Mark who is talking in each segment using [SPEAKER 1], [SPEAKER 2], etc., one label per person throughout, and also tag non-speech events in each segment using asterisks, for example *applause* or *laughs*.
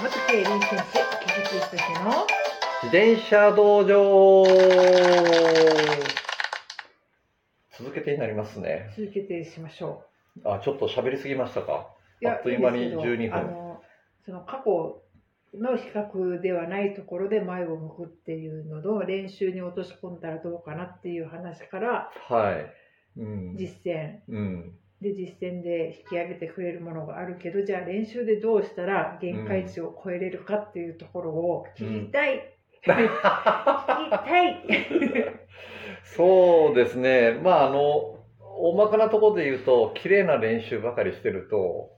[SPEAKER 1] 元競輪選手、菊池仁志の
[SPEAKER 2] 自転車道場続けてになりますね。
[SPEAKER 1] 続けてしましょ
[SPEAKER 2] あ、ちょっと喋りすぎましたか。
[SPEAKER 1] う。や
[SPEAKER 2] あっという間に
[SPEAKER 1] ですけど
[SPEAKER 2] 12分
[SPEAKER 1] あの、その過去の比較ではないところで前を向くっていうのと練習に落とし込んだらどうかなっていう話から
[SPEAKER 2] はい。うん。
[SPEAKER 1] 実践。
[SPEAKER 2] うん。
[SPEAKER 1] で実践で引き上げてくれるものがあるけどじゃあ練習でどうしたら限界値を超えれるかっていうところを聞きたい、聞
[SPEAKER 2] *laughs*
[SPEAKER 1] きたい
[SPEAKER 2] そうですね。まあ、あの、大まかなところで言うと、綺麗な練習ばかりしてると、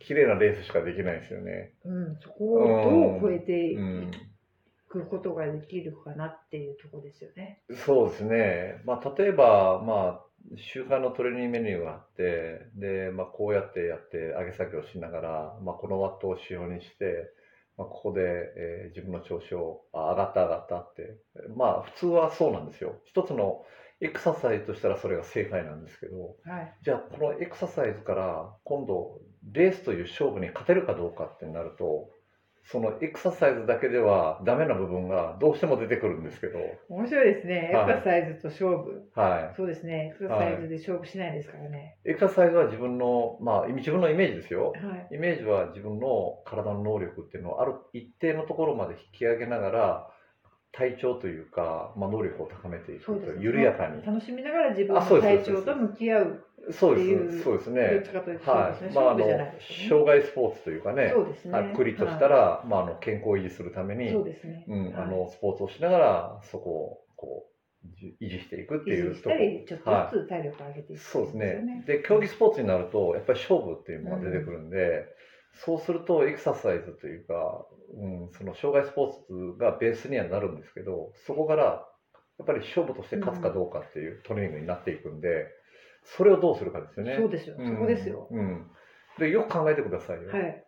[SPEAKER 2] 綺麗なレースしかできないですよね。
[SPEAKER 1] うん、そこをどう超えてい
[SPEAKER 2] うん。
[SPEAKER 1] くことができるかなっていうところですよね。
[SPEAKER 2] そうですね。まあ、例えば、まあ、習慣のトレーニングメニューがあって、で、まあ、こうやってやって、上げ下げをしながら、まあ、このワットを指標にして、まあ、ここで、えー自分の調子を、あ、上がった上がったって、まあ、普通はそうなんですよ。一つのエクササイズとしたらそれが正解なんですけど、
[SPEAKER 1] はい、
[SPEAKER 2] じゃあ、このエクササイズから、今度、レースという勝負に勝てるかどうかってなると、そのエクササイズだけではダメな部分がどうしても出てくるんですけど、
[SPEAKER 1] 面白いですね。エ
[SPEAKER 2] はい
[SPEAKER 1] クササイズと勝負。
[SPEAKER 2] はい。
[SPEAKER 1] そうですね。エクササイズで勝負しないですからね。
[SPEAKER 2] エクササイズは自分の、まあ、自分のイメージですよ。
[SPEAKER 1] はい。
[SPEAKER 2] イメージは自分の体の能力っていうのをある一定のところまで引き上げながら、体調というか、まあ、能力を高めていくと
[SPEAKER 1] そう
[SPEAKER 2] い
[SPEAKER 1] です
[SPEAKER 2] う、
[SPEAKER 1] ね
[SPEAKER 2] 緩やかに。
[SPEAKER 1] 楽しみながら自分の
[SPEAKER 2] あそう
[SPEAKER 1] 体
[SPEAKER 2] です
[SPEAKER 1] 調と向き合う。
[SPEAKER 2] そう
[SPEAKER 1] っ
[SPEAKER 2] で
[SPEAKER 1] ていう
[SPEAKER 2] す、そうです
[SPEAKER 1] どっ
[SPEAKER 2] ね。
[SPEAKER 1] ちかというとそう
[SPEAKER 2] は
[SPEAKER 1] ですね。
[SPEAKER 2] い。まあ、
[SPEAKER 1] 勝
[SPEAKER 2] あ
[SPEAKER 1] 負
[SPEAKER 2] の
[SPEAKER 1] じゃないです、ね。
[SPEAKER 2] 障害スポーツというかね、
[SPEAKER 1] そうですね。
[SPEAKER 2] ざっくりとし
[SPEAKER 1] は
[SPEAKER 2] たら、まあ、あの健康を維持するため
[SPEAKER 1] い
[SPEAKER 2] に、
[SPEAKER 1] そうですね。
[SPEAKER 2] うん、あ
[SPEAKER 1] はい
[SPEAKER 2] のスポーツをしながら、そこをこうじ維持していくってい
[SPEAKER 1] 維
[SPEAKER 2] う
[SPEAKER 1] 持し
[SPEAKER 2] と
[SPEAKER 1] た
[SPEAKER 2] ころ。
[SPEAKER 1] り、ちょっとずつ体力を上げていく
[SPEAKER 2] そうです
[SPEAKER 1] んよ
[SPEAKER 2] ね。。で、競技スポーツになると、やっぱり勝負っていうのが出てくるんで、そうするとエクササイズというか、うん、その障害スポーツがベースにはなるんですけど、そこからやっぱり勝負として勝つかどうかっていうトレーニングになっていくんで、それをどうするかですよね。
[SPEAKER 1] そうですよ。そこですよ。
[SPEAKER 2] うん。うんで、よく考えてくださいよ。
[SPEAKER 1] はい。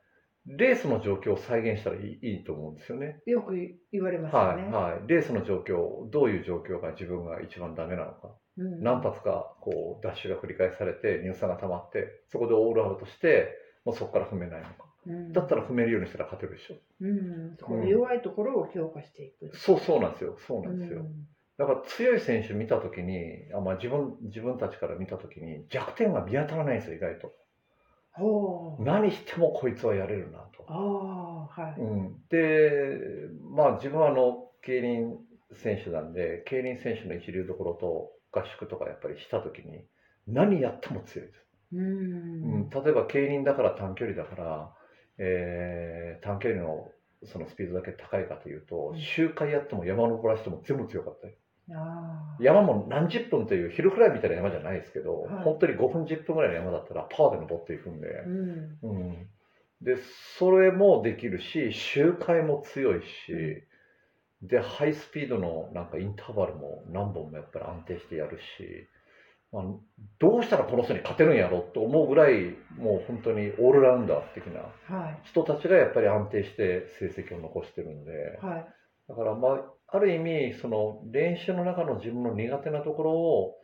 [SPEAKER 2] レースの状況を再現したらいいいいと思うんですよね。
[SPEAKER 1] よく言われますよ
[SPEAKER 2] はい、
[SPEAKER 1] ね。
[SPEAKER 2] はい。レースの状況、どういう状況が自分が一番ダメなのか。
[SPEAKER 1] うん
[SPEAKER 2] 何発かこうダッシュが繰り返されて乳酸が溜まってそこでオールアウトしてもうそこから踏めないのか
[SPEAKER 1] うん
[SPEAKER 2] だったら踏めるようにしたら勝てるでしょ
[SPEAKER 1] うん、そこの弱いところを強化していく。
[SPEAKER 2] そうそうなんですよそう
[SPEAKER 1] う
[SPEAKER 2] なんですよ、
[SPEAKER 1] ん
[SPEAKER 2] だから強い選手見た時にあ、まあ、自分自分たちから見た時に弱点が見当たらないんですよ意外と
[SPEAKER 1] ほう。
[SPEAKER 2] 何してもこいつはやれるなと
[SPEAKER 1] ああ、は
[SPEAKER 2] うん、で、まあ、自分はあの競輪選手なんで競輪選手の一流どころと合宿とかやっぱりした時に何やっても強いです
[SPEAKER 1] い。う
[SPEAKER 2] うんん、。例えば競輪だから短距離だから、えー短距離のそのスピードだけ高いかというと、
[SPEAKER 1] うん
[SPEAKER 2] 周回やっても山登らしても全部強かったよ
[SPEAKER 1] ああ。
[SPEAKER 2] 山も何十分という昼くらいみたいな山じゃないですけど、
[SPEAKER 1] はい
[SPEAKER 2] 本当に5分10分ぐらいの山だったらパワーで登っていくんで、
[SPEAKER 1] うん。
[SPEAKER 2] うん、でそれもできるし周回も強いし、でハイスピードのなんかインターバルも何本もやっぱり安定してやるし、まあ、どうしたらこの人に勝てるんやろと思うぐらいもう本当にオールラウンダー的な
[SPEAKER 1] はい。
[SPEAKER 2] 人たちがやっぱり安定して成績を残してるんで
[SPEAKER 1] はい。
[SPEAKER 2] だからまあある意味その練習の中の自分の苦手なところを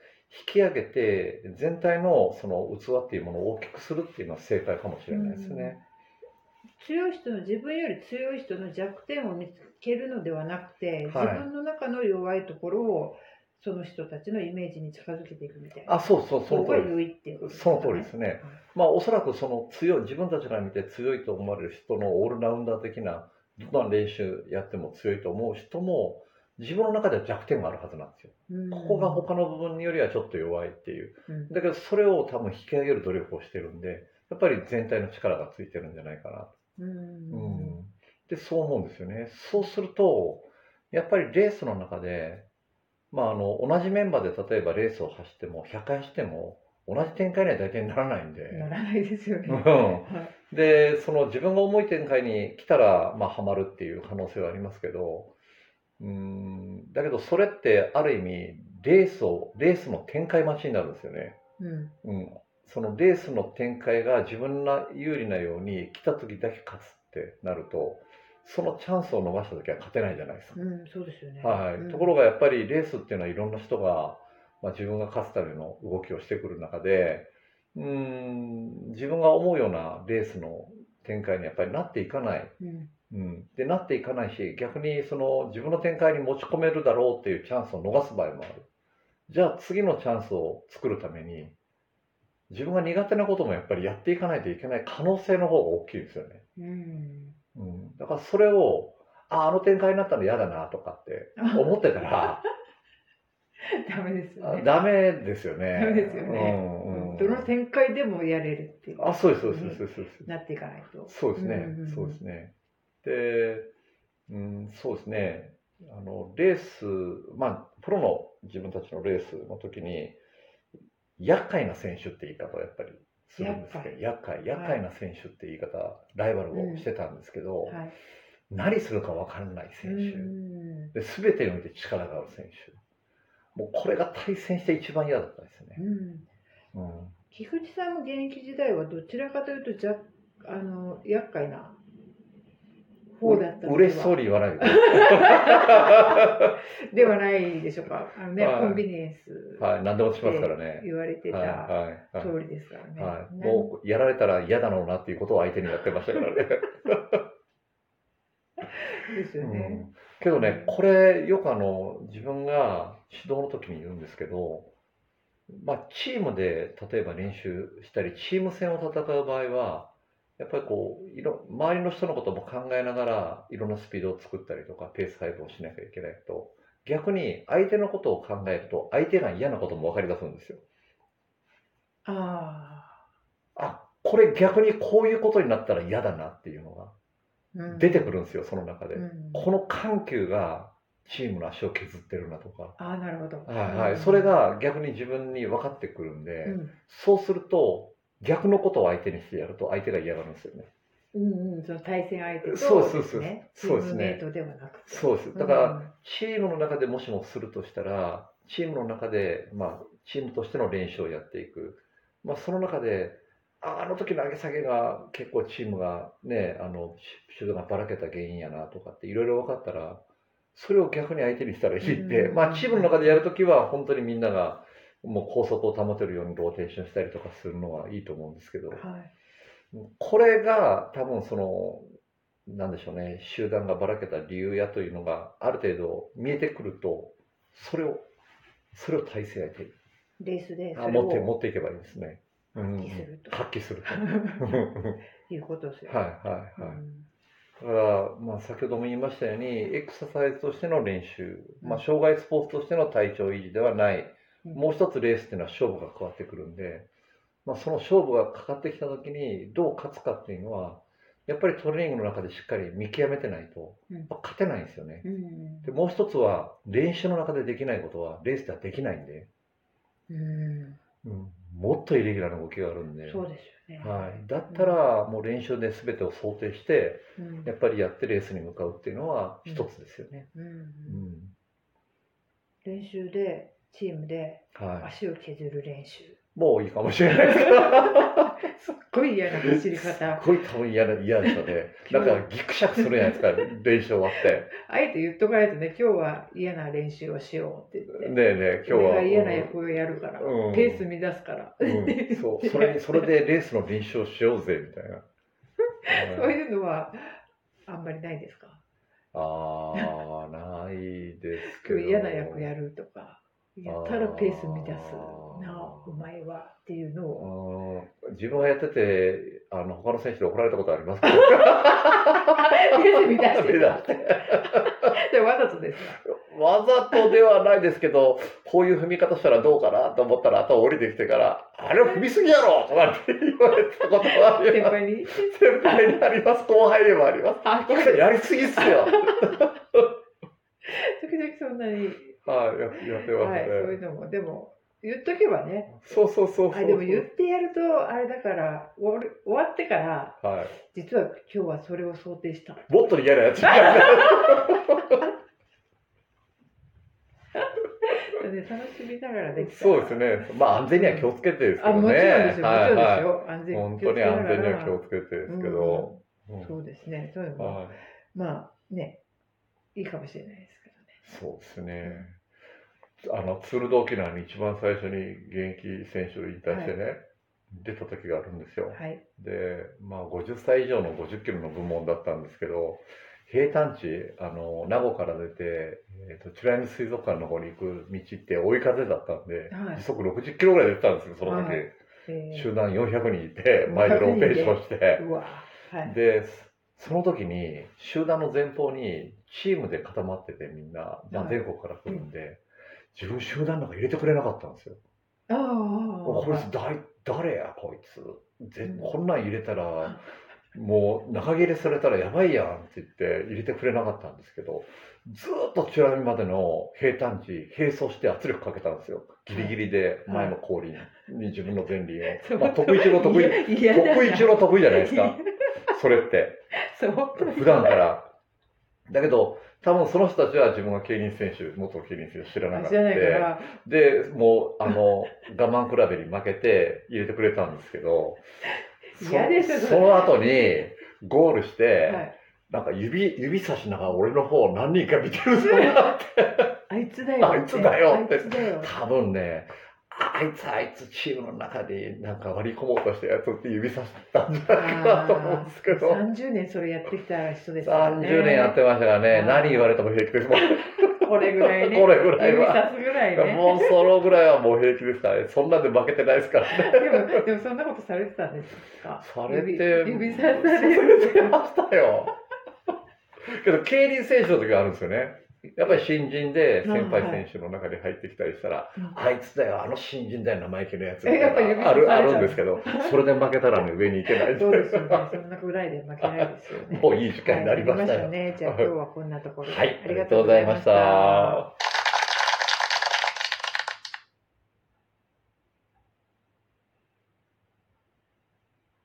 [SPEAKER 2] 引き上げて全体のその器っていうものを大きくするっていうのは正解かもしれないですね。
[SPEAKER 1] 強い人の自分より強い人の弱点を見つけるのではなくて、
[SPEAKER 2] はい
[SPEAKER 1] 自分の中の弱いところをその人たちのイメージに近づけていくみたいな。
[SPEAKER 2] あ、そうそう、そ
[SPEAKER 1] そ
[SPEAKER 2] の
[SPEAKER 1] こが
[SPEAKER 2] 通り
[SPEAKER 1] 良いっていうことで
[SPEAKER 2] で。
[SPEAKER 1] すす
[SPEAKER 2] そ
[SPEAKER 1] かね
[SPEAKER 2] の通りですね。まあ、おそらくその強い、自分たちから見て強いと思われる人のオールラウンダー的な、どんな練習やっても強いと思う人も、自分の中では弱点があるはずなんですよ。
[SPEAKER 1] うん
[SPEAKER 2] ここが他の部分よりはちょっと弱いっていう。
[SPEAKER 1] うん
[SPEAKER 2] だけど、それを多分引き上げる努力をしてるんで、やっぱり全体の力がついてるんじゃないか
[SPEAKER 1] う
[SPEAKER 2] な。
[SPEAKER 1] ん
[SPEAKER 2] うん。で、そう思うんですよね。そうすると、やっぱりレースの中で、まあ、あの同じメンバーで例えばレースを走っても100回しても同じ展開には大体ならないんで、
[SPEAKER 1] ならないですよね。は
[SPEAKER 2] うん、でその自分が重い展開に来たら、まあ、はまるっていう可能性はありますけどうんだけどそれってある意味レースをレースの展開待ちになるんですよね、
[SPEAKER 1] いうん
[SPEAKER 2] うん、そのレースの展開が自分が有利なように来た時だけ勝つってなるとそのチャンスを逃した時は勝てないじゃないですか。
[SPEAKER 1] うん、そうですよね。
[SPEAKER 2] はい
[SPEAKER 1] うん
[SPEAKER 2] ところがやっぱりレースっていうのはいろんな人が、まあ、自分が勝つための動きをしてくる中でうーん自分が思うようなレースの展開にやっぱりなっていかない
[SPEAKER 1] うん
[SPEAKER 2] うん、でなっていかないし逆にその自分の展開に持ち込めるだろうっていうチャンスを逃す場合もあるじゃあ次のチャンスを作るために自分が苦手なこともやっぱりやっていかないといけない可能性の方が大きいですよね、
[SPEAKER 1] うん。
[SPEAKER 2] うん、だからそれをああの展開になったの嫌だなとか
[SPEAKER 1] *laughs*
[SPEAKER 2] って思ってたら
[SPEAKER 1] ダメですよ
[SPEAKER 2] あ
[SPEAKER 1] ね。
[SPEAKER 2] ダメですよね
[SPEAKER 1] ダメですよね
[SPEAKER 2] うんうん
[SPEAKER 1] どの展開でもやれるっていう
[SPEAKER 2] あそうですそうですそうですそうです
[SPEAKER 1] なっていかないと。
[SPEAKER 2] そうですね、
[SPEAKER 1] うんうんうん
[SPEAKER 2] そうですね。で、うん、そうですね。あのレース、まあ、プロの自分たちのレースの時に、厄介な選手って言い方をやっぱりするんですけど、厄介、厄介な選手って言い方、ライバルをしてたんですけど、
[SPEAKER 1] はい。
[SPEAKER 2] 何するか分からない選手、
[SPEAKER 1] う
[SPEAKER 2] で全てにおいて力がある選手、もうこれが対戦して一番嫌だったですね。
[SPEAKER 1] ん。うん。
[SPEAKER 2] うん
[SPEAKER 1] 菊池さんも現役時代はどちらかというとじゃあの厄介な方だったのでは
[SPEAKER 2] 嬉しそうに言わないでくださ
[SPEAKER 1] ではないでしょうか。あのね、
[SPEAKER 2] はい
[SPEAKER 1] コンビニエンス
[SPEAKER 2] い。はい、何でもしますからね。
[SPEAKER 1] 言われてた
[SPEAKER 2] はいはいはい
[SPEAKER 1] 通りですからね。
[SPEAKER 2] はい、
[SPEAKER 1] なん
[SPEAKER 2] もうやられたら嫌だろうなっていうことを相手にやってましたからね。
[SPEAKER 1] です
[SPEAKER 2] う
[SPEAKER 1] よね。
[SPEAKER 2] ん、けどね、これよくあの自分が指導の時に言うんですけど、まあ、チームで例えば練習したりチーム戦を戦う場合はやっぱりこういろ周りの人のことも考えながらいろんなスピードを作ったりとかペース配分をしなきゃいけないと逆に相手のことを考えると相手が嫌なことも分かり出すんですよ。
[SPEAKER 1] あ
[SPEAKER 2] あこれ逆にこういうことになったら嫌だなっていうのが
[SPEAKER 1] あ、うん
[SPEAKER 2] 出てくるんですよその中で。
[SPEAKER 1] うん
[SPEAKER 2] この緩急がチームの足を削ってるなとか、
[SPEAKER 1] ああ、なるほど。
[SPEAKER 2] はいは
[SPEAKER 1] う
[SPEAKER 2] い、
[SPEAKER 1] ん
[SPEAKER 2] それ、が逆に自分に分かってくるんで、
[SPEAKER 1] うん
[SPEAKER 2] そうすると逆のことを相手にしてやると相手が嫌がるんですよね。
[SPEAKER 1] うんうん、その対戦相手と
[SPEAKER 2] そうそうそう
[SPEAKER 1] ね
[SPEAKER 2] そうで
[SPEAKER 1] チーム
[SPEAKER 2] すね
[SPEAKER 1] メイトではなくて。
[SPEAKER 2] そうです。だから、
[SPEAKER 1] うん
[SPEAKER 2] チームの中でもしもするとしたら、チームの中で、まあ、チームとしての練習をやっていく。まあ、その中で、ああの時の上げ下げが結構チームがね、あの、シシュートがばらけた原因やなとかっていろいろ分かったら、それを逆に相手にしたらいいって、
[SPEAKER 1] うん
[SPEAKER 2] まあ、チームの中でやるときは本当にみんなが、もう高速を保てるようにローテーションしたりとかするのはいいと思うんですけど、
[SPEAKER 1] はい。
[SPEAKER 2] これが多分その、なんでしょうね、集団がばらけた理由やというのがある程度見えてくると、それを、それを体制相手に
[SPEAKER 1] レースで
[SPEAKER 2] あ
[SPEAKER 1] それ
[SPEAKER 2] 持って、
[SPEAKER 1] を
[SPEAKER 2] 持っていけばいいですね。うんうん
[SPEAKER 1] 揮すると
[SPEAKER 2] 発揮すると。うんうん
[SPEAKER 1] いうことですよ。
[SPEAKER 2] *laughs* はいはいはい。
[SPEAKER 1] うん
[SPEAKER 2] だから、まあ、先ほども言いましたように、エクササイズとしての練習、まあ
[SPEAKER 1] う、ん
[SPEAKER 2] 障害スポーツとしての体調維持ではない、
[SPEAKER 1] うん
[SPEAKER 2] もう一つレースっていうのは勝負が加わってくるんで、まあ、その勝負がかかってきた時にどう勝つかっていうのは、やっぱりトレーニングの中でしっかり見極めてないと、
[SPEAKER 1] うん
[SPEAKER 2] やっぱ勝てないんですよね。
[SPEAKER 1] うん
[SPEAKER 2] でもう一つは、練習の中でできないことは、レースではできないんで、
[SPEAKER 1] うん
[SPEAKER 2] うんもっとイレギュラーな動きがあるんで、
[SPEAKER 1] そうですよね。
[SPEAKER 2] はい、だったら、もう練習で全てを想定して、
[SPEAKER 1] うん
[SPEAKER 2] やっぱりやってレースに向かうっていうのは一つですよね。
[SPEAKER 1] うん
[SPEAKER 2] うん
[SPEAKER 1] 練習で、チームで
[SPEAKER 2] は
[SPEAKER 1] 足を削る練
[SPEAKER 2] *laughs*
[SPEAKER 1] 習。
[SPEAKER 2] い、もういいかもしれないですけど、
[SPEAKER 1] すっごい嫌な走り方。
[SPEAKER 2] すごい多分嫌な嫌でしたね。
[SPEAKER 1] *laughs*
[SPEAKER 2] なんかギクシャクするじゃないですか、練習終わって。
[SPEAKER 1] あえて言っとかないとね、今日は嫌な練習をしようって言って。
[SPEAKER 2] ねえねえ、今日
[SPEAKER 1] 俺
[SPEAKER 2] は。
[SPEAKER 1] が嫌な役をやるから、
[SPEAKER 2] うん
[SPEAKER 1] ペース乱すから。
[SPEAKER 2] うんそうそ
[SPEAKER 1] *laughs*
[SPEAKER 2] れにそれでレースの練習をしようぜみたいな。
[SPEAKER 1] そういうのはあんまりないですか
[SPEAKER 2] ああないですけ
[SPEAKER 1] 今
[SPEAKER 2] ど。
[SPEAKER 1] 日嫌な役やるとかやったらペース乱す
[SPEAKER 2] あー
[SPEAKER 1] なあお前はっていうのを
[SPEAKER 2] うん自分がやっててあの他の選手に怒られたことありますけど
[SPEAKER 1] ペ
[SPEAKER 2] *laughs*
[SPEAKER 1] ース乱して
[SPEAKER 2] 乱
[SPEAKER 1] たでわざとですか
[SPEAKER 2] *laughs* わざとではないですけど、こういう踏み方したらどうかなと思ったら、頭降りてきてから、あれ踏みすぎやろとかって言われたことはあり
[SPEAKER 1] 先
[SPEAKER 2] ます。
[SPEAKER 1] 輩に
[SPEAKER 2] 先輩にあります、後輩でもあります。
[SPEAKER 1] あ
[SPEAKER 2] これやりすぎっすよ。
[SPEAKER 1] 時々そんなに、
[SPEAKER 2] はい、ややってます
[SPEAKER 1] はい、そうい
[SPEAKER 2] ね
[SPEAKER 1] う。のもでも言っとけばね
[SPEAKER 2] そうそうそうそ
[SPEAKER 1] あ
[SPEAKER 2] う。
[SPEAKER 1] でも言ってやるとあれだから終わる終わってから
[SPEAKER 2] はい。
[SPEAKER 1] 実は今日はそれを想定した
[SPEAKER 2] もっと嫌なやつやる。
[SPEAKER 1] で楽しみながらできた
[SPEAKER 2] そうですね。まあ安全には気をつけてですけ
[SPEAKER 1] あ
[SPEAKER 2] どね。
[SPEAKER 1] もちろんですよ、
[SPEAKER 2] はい
[SPEAKER 1] もちろんです
[SPEAKER 2] は
[SPEAKER 1] よ、安
[SPEAKER 2] い。
[SPEAKER 1] 全
[SPEAKER 2] 本
[SPEAKER 1] 気を
[SPEAKER 2] 当
[SPEAKER 1] つけ
[SPEAKER 2] に
[SPEAKER 1] なが
[SPEAKER 2] 安全に
[SPEAKER 1] ら
[SPEAKER 2] は気をつけてですけど。うん
[SPEAKER 1] そうですねそういうのも
[SPEAKER 2] はい。
[SPEAKER 1] まあね、いいかもしれないですけどね。
[SPEAKER 2] そうですね。あの、ツールド沖縄に一番最初に現役選手を引退してね、出た時があるんですよ。
[SPEAKER 1] はい。
[SPEAKER 2] で、まあ、 50歳以上の50キロの部門だったんですけど平坦地あの名護から出て、えー、と美ら海水族館の方に行く道って追い風だったんで、
[SPEAKER 1] はい
[SPEAKER 2] 時速60キロぐらい出てたんですよその時、
[SPEAKER 1] はいえー
[SPEAKER 2] 集団400人いて前でローテーションして
[SPEAKER 1] うわはい
[SPEAKER 2] でその時に集団の前方にチームで固まっててみんな、ま
[SPEAKER 1] は
[SPEAKER 2] あ、
[SPEAKER 1] い
[SPEAKER 2] 全国から来るんで、自分集団なんか入れてくれなかったんですよ
[SPEAKER 1] ああ
[SPEAKER 2] こいつ
[SPEAKER 1] あ
[SPEAKER 2] だい誰やこいつぜ
[SPEAKER 1] うん
[SPEAKER 2] こんなん入れたらもう中切れされたらやばいやんって言って入れてくれなかったんですけどずーっとチラ見までの平坦地並走して圧力かけたんですよギリギリで前の後輪に自分の前輪
[SPEAKER 1] *laughs* そ
[SPEAKER 2] を、
[SPEAKER 1] う
[SPEAKER 2] まあ、得意中の得意
[SPEAKER 1] あいやいや
[SPEAKER 2] 得意中の得意じゃないで
[SPEAKER 1] *laughs*
[SPEAKER 2] すかそれって
[SPEAKER 1] そう
[SPEAKER 2] 普段から。だけど、多分その人たちは自分が競輪選手、元競輪選手知らなかっ
[SPEAKER 1] じゃないか
[SPEAKER 2] た。
[SPEAKER 1] ら
[SPEAKER 2] で、もう、あの、我慢比べに負けて入れてくれたんですけど、そ
[SPEAKER 1] 嫌ですよそれ
[SPEAKER 2] その後に、ゴールして、
[SPEAKER 1] はい
[SPEAKER 2] なんか指、指差しながら俺の方を何人か見てるそう
[SPEAKER 1] *laughs*
[SPEAKER 2] になって、
[SPEAKER 1] あいつだよ
[SPEAKER 2] あいつだよって
[SPEAKER 1] あいつだ
[SPEAKER 2] *laughs*
[SPEAKER 1] よ
[SPEAKER 2] 多分ね、ああいつあいつチームの中になんか割り込もうとしてやつって指差したんじゃないかなと思うんですけど。
[SPEAKER 1] 30年それやってきた人ですからね
[SPEAKER 2] 30年やってましたからね、
[SPEAKER 1] うん
[SPEAKER 2] 何言われても平気ですもん。
[SPEAKER 1] これぐらいね
[SPEAKER 2] これぐらい
[SPEAKER 1] 指
[SPEAKER 2] は。
[SPEAKER 1] さすぐらいね
[SPEAKER 2] もうそのぐらいはもう平気ですからね。そんなんで負けてないですからね。
[SPEAKER 1] でもでもそんなことされてたんですか
[SPEAKER 2] されて、
[SPEAKER 1] 指指さされ
[SPEAKER 2] さ
[SPEAKER 1] る
[SPEAKER 2] れてましたよ。 *laughs* けど、競輪選手の時はあるんですよね。やっぱり新人で先輩選手の中に入ってきたりしたら、あいつだよ、あの新人だよ、生意気なやつ。
[SPEAKER 1] えやっぱ指さ
[SPEAKER 2] あ
[SPEAKER 1] されち
[SPEAKER 2] る、
[SPEAKER 1] ゃう
[SPEAKER 2] あるんですけど、それで負けたらね、上に行けない
[SPEAKER 1] そうですよ
[SPEAKER 2] *laughs*
[SPEAKER 1] ねそんなぐらいで負けないですよね
[SPEAKER 2] もういい時間になりましたよ。
[SPEAKER 1] はいなりましたねじゃあ今日はこんなところで
[SPEAKER 2] はい、ありがとうございました。